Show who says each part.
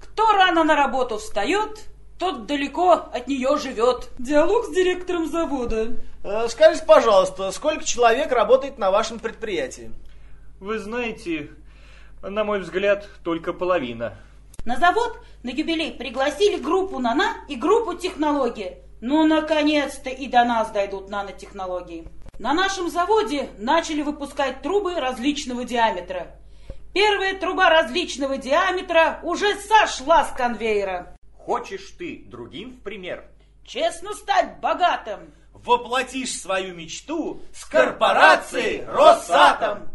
Speaker 1: Кто рано на работу встает, тот далеко от нее живет. Диалог с директором завода.
Speaker 2: Э, Скажите, пожалуйста, сколько человек работает на вашем предприятии?
Speaker 3: Вы знаете, на мой взгляд, только половина.
Speaker 1: На завод на юбилей пригласили группу «Нана» и группу «Технологии». Ну, наконец-то и до нас дойдут нанотехнологии. На нашем заводе начали выпускать трубы различного диаметра. Первая труба различного диаметра уже сошла с конвейера.
Speaker 4: Хочешь ты другим в пример?
Speaker 1: Честно стать богатым.
Speaker 5: Воплотишь свою мечту с
Speaker 4: корпорацией «Росатом».